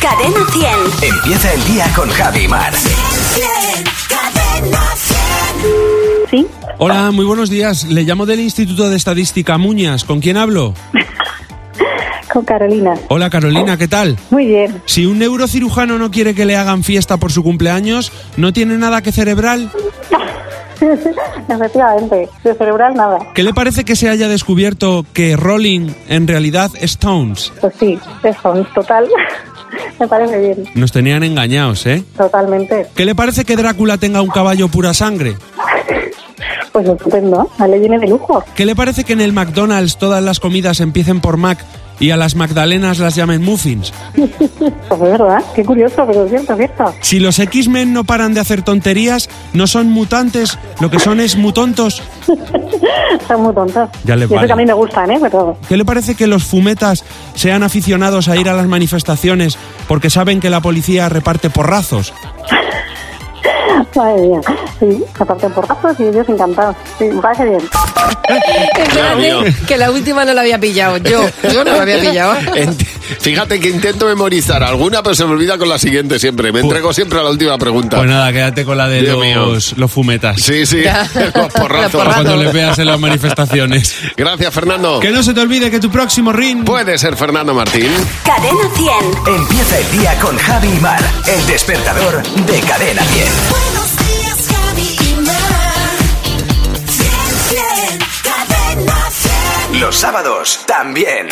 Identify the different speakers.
Speaker 1: Cadena 100.
Speaker 2: Empieza el día con Javi Mar.
Speaker 1: Cadena 100.
Speaker 3: ¿Sí?
Speaker 4: Hola, muy buenos días. Le llamo del Instituto de Estadística Muñas. ¿Con quién hablo?
Speaker 3: Con Carolina.
Speaker 4: Hola Carolina, ¿qué tal?
Speaker 3: Muy bien.
Speaker 4: Si un neurocirujano no quiere que le hagan fiesta por su cumpleaños, ¿no tiene nada que cerebral?
Speaker 3: Efectivamente. De cerebral nada.
Speaker 4: ¿Qué le parece que se haya descubierto que Rolling en realidad es Stones?
Speaker 3: Pues sí, eso, en total. Me parece bien.
Speaker 4: Nos tenían engañados, ¿eh?
Speaker 3: Totalmente.
Speaker 4: ¿Qué le parece que Drácula tenga un caballo pura sangre?
Speaker 3: Pues estupendo. Vale, viene de lujo.
Speaker 4: ¿Qué le parece que en el McDonald's todas las comidas empiecen por Mac y a las Magdalenas las llamen muffins?
Speaker 3: Pues de verdad. Qué curioso, pero cierto, cierto.
Speaker 4: Si los X-Men no paran de hacer tonterías, no son mutantes, lo que son es mutontos.
Speaker 3: Están muy tontos.
Speaker 4: Ya le
Speaker 3: y eso
Speaker 4: vale.
Speaker 3: que a mí me gustan, ¿eh? Pero
Speaker 4: ¿Qué le parece que los fumetas sean aficionados a ir a las manifestaciones porque saben que la policía reparte porrazos?
Speaker 3: Madre mía. Sí, aparte en porrazos y ellos encantados. Sí, me parece bien.
Speaker 5: Espérate, que la última no la había pillado. Yo, yo no la había pillado.
Speaker 6: Ent- Fíjate que intento memorizar alguna, pero se me olvida con la siguiente siempre. Me entrego siempre a la última pregunta.
Speaker 4: Pues nada, quédate con la de
Speaker 6: Dios
Speaker 4: los, los fumetas.
Speaker 6: sí, sí,
Speaker 5: Los
Speaker 6: los porrazos.
Speaker 5: porrazos.
Speaker 4: Cuando les veas en las manifestaciones.
Speaker 6: Gracias, Fernando.
Speaker 4: Que no se te olvide que tu próximo ring...
Speaker 6: Puede ser Fernando Martín.
Speaker 1: Cadena 100.
Speaker 2: Empieza el día con Javi Mar. El despertador de Cadena 10.
Speaker 1: Buenos días, Javi y Mar. 100, 100, Cadena 100.
Speaker 2: Los sábados también.